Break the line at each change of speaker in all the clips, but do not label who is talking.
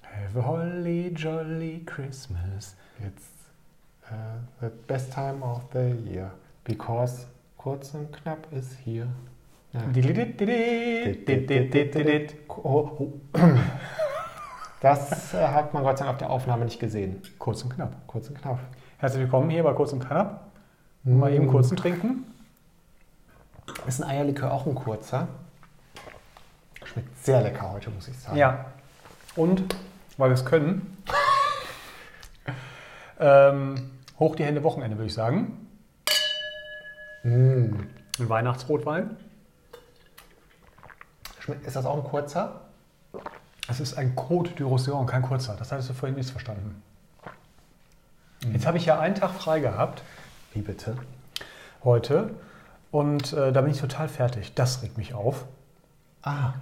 Have a holly jolly Christmas.
It's uh, the best time of the year. Because kurz und knapp is here. Ja.
Didididididididididid.
Oh, oh. Das äh, hat man Gott sei Dank auf der Aufnahme nicht gesehen.
Kurz und knapp.
Kurz und knapp.
Herzlich willkommen hier bei Kurz und Knapp. Mal eben kurz trinken.
Ist ein Eierlikör auch ein kurzer? Schmeckt sehr lecker heute, muss ich sagen.
Ja. Und, weil wir es können, ähm, hoch die Hände Wochenende, würde ich sagen.
Mm.
Ein Weihnachtsrotwein.
Schmeckt, ist das auch ein kurzer?
Es ist ein Côte du Roussillon, kein kurzer. Das hattest du vorhin missverstanden. Jetzt habe ich ja einen Tag frei gehabt
Wie bitte?
heute und äh, da bin ich total fertig. Das regt mich auf.
Ah.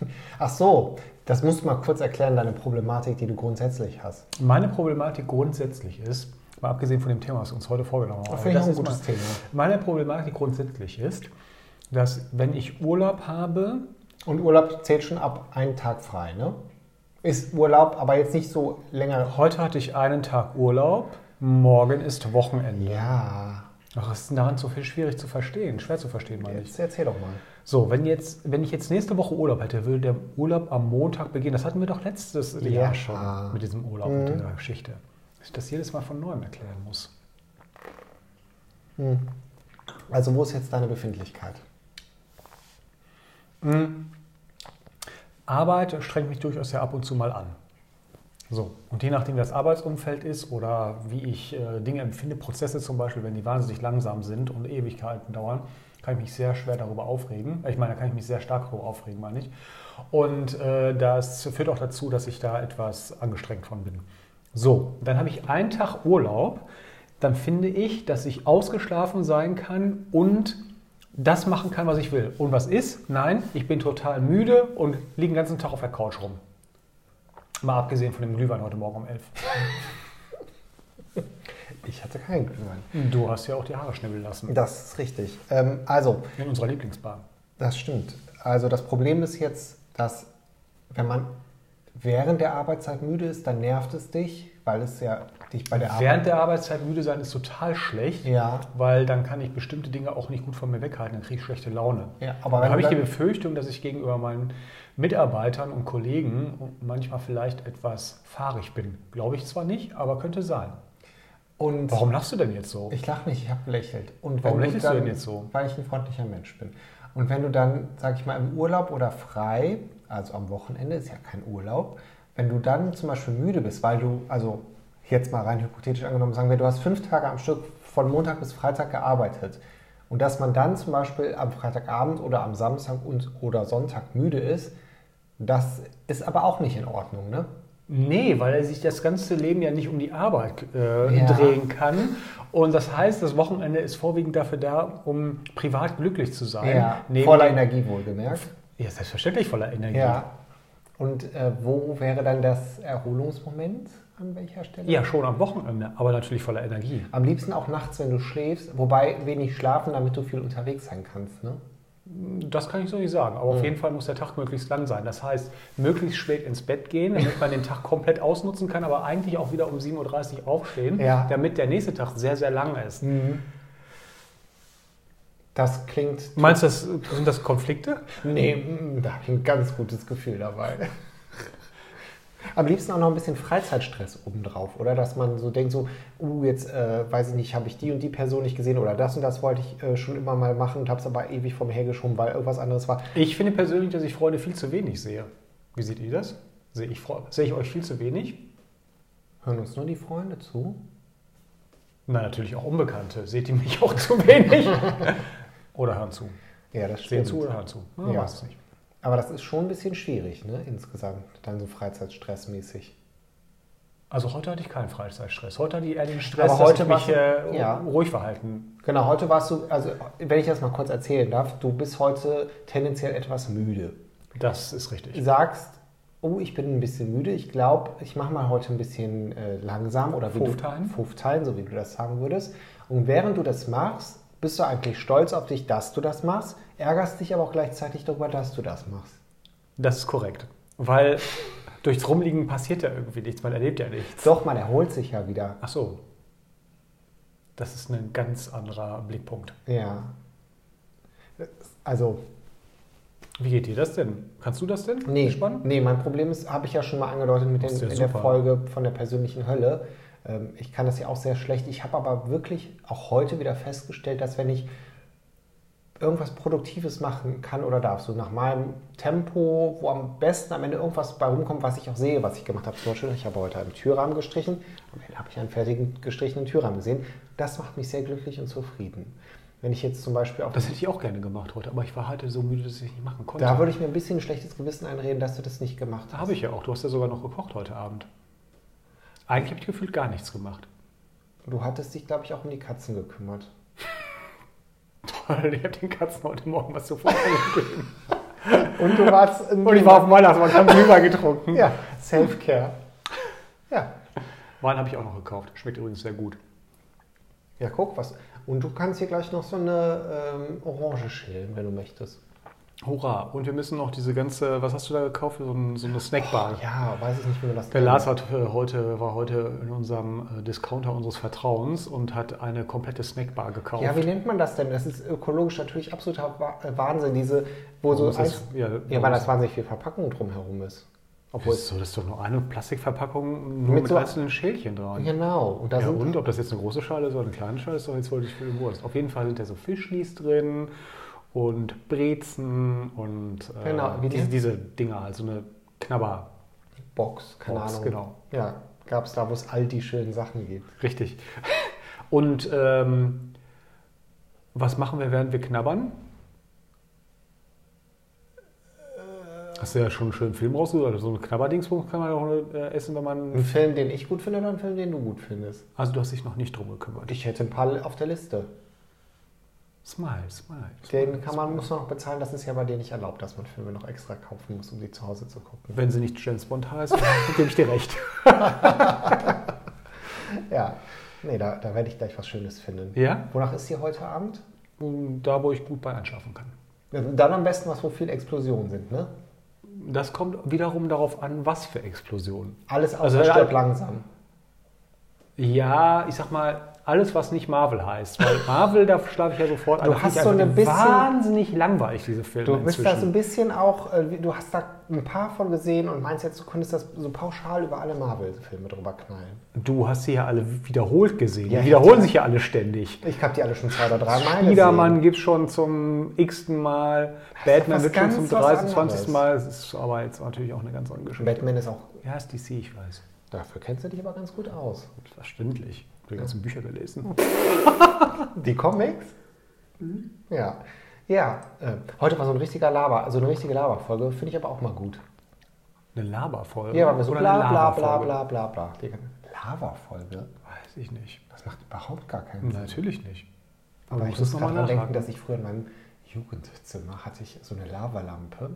Ach so, das musst du mal kurz erklären, deine Problematik, die du grundsätzlich hast.
Meine Problematik grundsätzlich ist, mal abgesehen von dem Thema, was wir uns heute vorgenommen haben,
Finde ich auch ein
ist
gutes
mal-
Thema.
Meine Problematik grundsätzlich ist, dass wenn ich Urlaub habe,
Und Urlaub zählt schon ab einen Tag frei, ne? Ist Urlaub, aber jetzt nicht so länger.
heute hatte ich einen Tag Urlaub, morgen ist Wochenende.
Ja.
Ach, was ist denn daran so viel schwierig zu verstehen, schwer zu verstehen, meine ich.
Jetzt erzähl doch mal.
So, wenn, jetzt, wenn ich jetzt nächste Woche Urlaub hätte, würde der Urlaub am Montag beginnen. Das hatten wir doch letztes Jahr schon mit diesem Urlaub,
Mhm.
mit dieser Geschichte. Dass ich das jedes Mal von neuem erklären muss.
Also, wo ist jetzt deine Befindlichkeit?
Arbeit strengt mich durchaus ja ab und zu mal an. So, und je nachdem, wie das Arbeitsumfeld ist oder wie ich äh, Dinge empfinde, Prozesse zum Beispiel, wenn die wahnsinnig langsam sind und Ewigkeiten dauern, kann ich mich sehr schwer darüber aufregen. Ich meine, da kann ich mich sehr stark darüber aufregen, meine ich. Und äh, das führt auch dazu, dass ich da etwas angestrengt von bin. So, dann habe ich einen Tag Urlaub. Dann finde ich, dass ich ausgeschlafen sein kann und das machen kann, was ich will. Und was ist? Nein, ich bin total müde und liege den ganzen Tag auf der Couch rum. Mal abgesehen von dem Glühwein heute Morgen um 11.
Ich hatte keinen Glühwein.
Du hast ja auch die Haare schnibbeln lassen.
Das ist richtig. Ähm, also,
In unserer Lieblingsbar.
das stimmt. Also, das Problem ist jetzt, dass, wenn man während der Arbeitszeit müde ist, dann nervt es dich, weil es ja dich bei der
Während
Arbeit.
der Arbeitszeit müde sein ist total schlecht,
Ja.
weil dann kann ich bestimmte Dinge auch nicht gut von mir weghalten, dann kriege ich schlechte Laune.
Ja, aber
dann
wenn
habe
du
ich die
dann-
Befürchtung, dass ich gegenüber meinen Mitarbeitern und Kollegen manchmal vielleicht etwas fahrig bin. Glaube ich zwar nicht, aber könnte sein.
Und
Warum lachst du denn jetzt so?
Ich lache nicht, ich habe gelächelt. Und
Warum
wenn
lächelst du
dann,
denn jetzt so?
Weil ich ein freundlicher Mensch bin. Und wenn du dann, sag ich mal, im Urlaub oder frei, also am Wochenende ist ja kein Urlaub, wenn du dann zum Beispiel müde bist, weil du, also jetzt mal rein hypothetisch angenommen, sagen wir, du hast fünf Tage am Stück von Montag bis Freitag gearbeitet und dass man dann zum Beispiel am Freitagabend oder am Samstag und, oder Sonntag müde ist, das ist aber auch nicht in Ordnung, ne?
Nee, weil er sich das ganze Leben ja nicht um die Arbeit äh,
Ja.
drehen kann. Und das heißt, das Wochenende ist vorwiegend dafür da, um privat glücklich zu sein. Neben
voller
dem-
Energie wohlgemerkt.
Ja, selbstverständlich voller Energie.
Ja. Und äh, wo wäre dann das Erholungsmoment? An welcher Stelle?
ja, schon am Wochenende, aber natürlich voller Energie.
Am liebsten auch nachts, wenn du schläfst. Wobei wenig schlafen, damit du viel unterwegs sein kannst. Ne?
Das kann ich so nicht sagen, aber
Mhm.
auf jeden Fall muss der Tag möglichst lang sein. Das heißt, möglichst spät ins Bett gehen, damit man den Tag komplett ausnutzen kann, aber eigentlich auch wieder um 7.30 Uhr aufstehen,
Ja. Mhm.
damit der nächste Tag sehr, sehr lang ist.
Das klingt.
Meinst du, das, sind das Konflikte?
Nee, mm, da habe ich ein ganz gutes Gefühl dabei. Am liebsten auch noch ein bisschen Freizeitstress obendrauf, oder? Dass man so denkt, so, uh, jetzt äh, weiß ich nicht, habe ich die und die Person nicht gesehen oder das und das wollte ich äh, schon immer mal machen und habe es aber ewig vor mir hergeschoben, weil irgendwas anderes war.
Ich finde persönlich, dass ich Freunde viel zu wenig sehe. Wie seht ihr das? Sehe ich, Fre- sehe ich euch viel zu wenig?
Hören uns nur die Freunde zu?
Na, natürlich auch Unbekannte. Seht ihr mich auch zu wenig? oder hören zu.
Ja, das
Sehen
stimmt.
zu oder hören zu. Man
Ja.
weiß es nicht.
Aber das ist schon ein bisschen schwierig, ne, insgesamt, dann so Freizeitstressmäßig.
Also heute hatte ich keinen Freizeitstress. Heute hatte ich eher den Stress,
Aber heute
dass ich mich
warst du-
äh,
ja.
ruhig verhalten.
Genau, heute warst du, also wenn ich das mal kurz erzählen darf, du bist heute tendenziell etwas müde.
Das ist richtig.
Sagst, oh, ich bin ein bisschen müde, ich glaube, ich mache mal heute ein bisschen äh, langsam oder wie
Fufteilen?
Du, Fufteilen, so wie du das sagen würdest. Und während du das machst, bist du eigentlich stolz auf dich, dass du das machst, ärgerst dich aber auch gleichzeitig darüber, dass du das machst.
Das ist korrekt. Weil Durchs Rumliegen passiert ja irgendwie nichts, man erlebt ja nichts.
Doch, man erholt sich ja wieder.
Ach so. Das ist ein ganz anderer Blickpunkt.
Ja. Also,
Wie geht dir das denn? Kannst du das denn?
nee,
Entspannen?
nee mein Problem ist, habe ich ja schon mal angedeutet mit den,
Ist ja
in der
super.
Folge von der persönlichen Hölle. Ähm, Ich kann das ja auch sehr schlecht. Ich habe aber wirklich auch heute wieder festgestellt, dass wenn ich irgendwas Produktives machen kann oder darf, so nach meinem Tempo, wo am besten am Ende irgendwas bei rumkommt, was ich auch sehe, was ich gemacht habe. Zum Beispiel, ich habe heute einen Türrahmen gestrichen, am Ende habe ich einen fertigen gestrichenen Türrahmen gesehen. Das macht mich sehr glücklich und zufrieden. Wenn ich jetzt zum Beispiel auch
Das hätte ich auch gerne gemacht heute, aber ich war halt so müde, dass ich nicht machen konnte.
Da würde ich mir ein bisschen ein schlechtes Gewissen einreden, dass du das nicht gemacht hast.
Da habe ich ja auch. Du hast ja sogar noch gekocht heute Abend. Eigentlich habe ich gefühlt gar nichts gemacht.
Du hattest dich, glaube ich, auch um die Katzen gekümmert.
Toll, ich habe den Katzen heute Morgen was zu Vorhang gegeben.
Und du warst in
Und ich war auf dem Weihnachtsmarkt, habe Glühwein getrunken.
Ja, Self-Care. Ja.
Wein habe ich auch noch gekauft. Schmeckt übrigens sehr gut.
Ja, guck, was. Und du kannst hier gleich noch so eine ähm, Orange schälen, wenn du möchtest.
Hurra. Und wir müssen noch diese ganze, was hast du da gekauft? So, ein, so eine Snackbar.
Ja, weiß ich nicht, wie wir das
Der
nennen.
Lars hat äh, heute, war heute in unserem äh, Discounter unseres Vertrauens und hat eine komplette Snackbar gekauft.
Ja, wie nennt man das denn? Das ist ökologisch natürlich absoluter Wa- äh, Wahnsinn, diese, wo so
muss das-
eins-
ja,
ja,
man
weil
muss-
das wahnsinnig viel Verpackung drumherum ist. Obwohl es,
Wieso? Das ist doch nur eine Plastikverpackung nur mit,
Mit so-
einzelnen Schälchen dran.
genau. Und da
Ja,
sind
und ob das jetzt eine große Schale ist oder eine kleine Schale ist, doch jetzt wollte ich für die Wurst. Auf jeden Fall sind da so Fischlis drin und Brezen und äh,
Genau, wie
diese,
die-
diese Dinger, also eine Knabber.
Box, keine
Box,
Ahnung.
genau.
Ja, gab es da, wo es all die schönen Sachen gibt.
Richtig. Und ähm, was machen wir, während wir knabbern? Hast du ja schon einen schönen Film rausgesucht. Also so ein Knabberdingsbums kann man auch äh, essen, wenn
Ein
man.
Film, den ich gut finde oder ein Film, den du gut findest?
Also du hast dich noch nicht drum gekümmert.
Ich hätte ein paar auf der Liste.
Smile, smile.
Den kann man, muss man noch bezahlen, das ist ja bei dir nicht erlaubt, dass man Filme noch extra kaufen muss, um die zu Hause zu gucken.
Wenn sie nicht James Bond heißt, gebe ich dir recht.
Ja, nee, da, da werde ich gleich was Schönes finden.
Ja?
Wonach ist hier heute Abend?
Und Da, wo ich gut bei einschlafen kann.
Dann am besten was, wo viel Explosionen sind, ne?
Das kommt wiederum darauf an, was für Explosionen.
Alles
Also,
also, stirbt
ja.
langsam.
Ja, ich sag mal, alles, was nicht Marvel heißt. Weil Marvel, da schlafe ich ja sofort
Du
Das
hast
ist
so
einfach
eine bisschen-
wahnsinnig langweilig, diese Filme
Du bist da so ein
inzwischen.
bisschen auch, äh, wie- du hast da ein paar von gesehen und meinst jetzt, du könntest das so pauschal über alle Marvel-Filme drüber knallen.
Du hast sie ja alle wiederholt gesehen.
Ja,
die wiederholen
ja.
sich ja alle ständig.
Ich habe die alle schon zwei oder drei Mal gesehen.
Spider-Man gibt schon zum x-ten Mal. Batman
was
wird schon
ganz
zum
was
23.
anderes.
Mal. Das ist aber jetzt natürlich auch eine ganz andere Geschichte.
Batman ist auch,
Ja, ist DC, ich weiß.
dafür kennst du dich aber ganz gut aus.
Verständlich. Die ganzen Bücher gelesen.
Die Comics? Mhm. Ja. Ja, äh, heute war so ein richtiger Laber, also eine richtige Laberfolge, finde ich aber auch mal gut.
Eine Laberfolge.
Ja, weil wir so
Oder
bla
eine
bla bla
Laberfolge?
bla bla bla. Die ganze- Laberfolge?
Weiß ich nicht.
Das macht überhaupt gar keinen Sinn.
Natürlich nicht.
Aber
Du
ich
musst
muss
es
gerade
nochmal
dran denken,
nachhaken.
dass ich früher in meinem Jugendzimmer hatte ich so eine Lavalampe.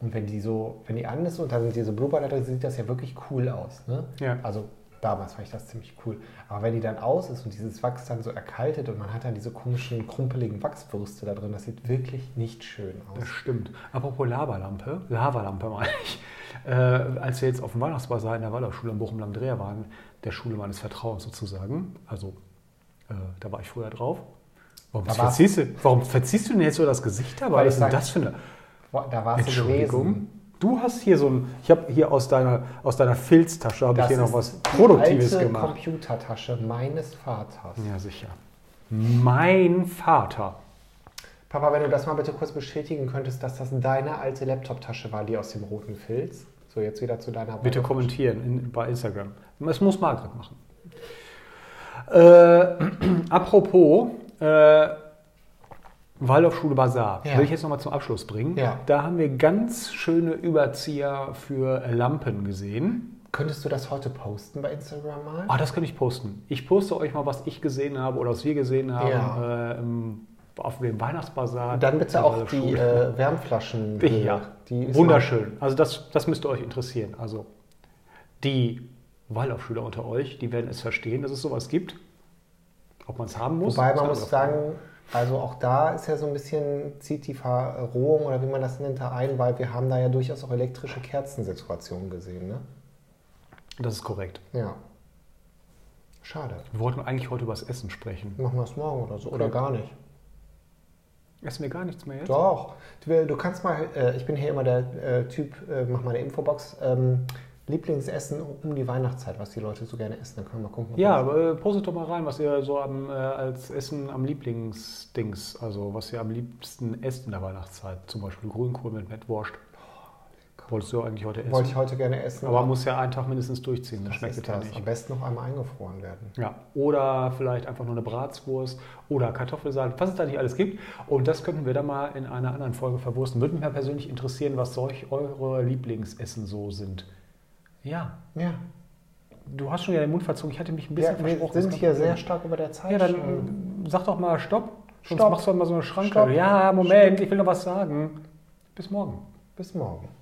Und wenn die so, wenn die an ist und dann sind diese Blubberblätter drin, sieht das ja wirklich cool aus. Ne?
Ja.
Also damals fand ich das ziemlich cool. Aber wenn die dann aus ist und dieses Wachs dann so erkaltet und man hat dann diese komischen, krumpeligen Wachswürste da drin, das sieht wirklich nicht schön aus.
Das stimmt. Apropos Laberlampe, Lavalampe meine ich. Äh, als wir jetzt auf dem Weihnachtsbasar in der Waldorfschule in bochum landrea waren, der Schule meines Vertrauens sozusagen, also äh, da war ich früher drauf. Warum,
Da warst-
verziehst, du, warum verziehst du denn jetzt so das Gesicht dabei?
Weil
Was
ich
ist denn
sag-
das für eine
Boah, Da war es gewesen.
Entschuldigung? Du hast hier so ein, ich habe hier aus deiner, aus deiner Filztasche, habe ich hier noch was Produktives
alte
gemacht.
Computertasche meines Vaters.
Ja, sicher. Mein Vater.
Papa, wenn du das mal bitte kurz bestätigen könntest, dass das deine alte Laptoptasche war, die aus dem roten Filz. So, jetzt wieder zu deiner
Bitte
Wahl.
kommentieren in, bei Instagram. Das muss Margret machen. Äh, apropos äh, Waldorfschule Bazar,
Ja.
will ich jetzt nochmal zum Abschluss bringen.
Ja.
Da haben wir ganz schöne Überzieher für Lampen gesehen.
Könntest du das heute posten bei Instagram mal?
Ah, das kann ich posten. Ich poste euch mal, was ich gesehen habe oder was wir gesehen haben
Ja.
äh, im, auf dem Weihnachtsbazar.
Und dann bitte
der
auch die
Waldorfschule.
äh, Wärmflaschen.
Ja,
die ist
wunderschön. Also das, das müsste euch interessieren. Also die Waldorfschüler unter euch, die werden es verstehen, dass es sowas gibt. Ob man es haben
Mal,
muss.
wobei
ist
man
eine
muss
andere Frage.
sagen, Also auch da ist ja so ein bisschen, zieht die Verrohung oder wie man das nennt, da ein, weil wir haben da ja durchaus auch elektrische Kerzensituationen gesehen. Ne?
Das ist korrekt.
Ja. Schade.
Wir wollten eigentlich heute über das Essen sprechen.
Machen wir es morgen oder so. Oder
Okay.
gar nicht.
Essen wir gar nichts mehr jetzt?
Doch. Du, du kannst mal, äh, ich bin hier immer der äh, Typ, äh, mach mal eine Infobox. Ähm, Lieblingsessen um die Weihnachtszeit, was die Leute so gerne essen. Dann können wir mal gucken. ob
Ja,
wir-
aber, äh, postet doch mal rein, was ihr so am, äh, als Essen am Lieblingsdings, also was ihr am liebsten esst in der Weihnachtszeit. Zum Beispiel Grünkohl mit Mettwurst. Wolltest du ja eigentlich heute essen?
Wollte ich heute gerne essen.
aber muss ja einen Tag mindestens durchziehen, dann schmeckt
ist
es ja
das.
nicht.
Am besten noch einmal eingefroren werden.
Ja, oder vielleicht einfach nur eine Bratwurst oder Kartoffelsalat, was es da nicht alles gibt. Und das könnten wir dann mal in einer anderen Folge verwursten. Würde mich ja persönlich interessieren, was solch eure Lieblingsessen so sind. Ja,
Ja.
du hast schon wieder den Mund verzogen. Ich hatte mich ein bisschen
Wir, wir
versprochen.
sind
Das
hier
kann-
sehr stark über der Zeit.
Ja, dann
schon.
äh, sag doch mal Stopp. Sonst
Stopp.
machst du halt mal so eine Schranke.
Stopp.
Ja, Moment, ich will noch was sagen. Bis morgen.
Bis morgen.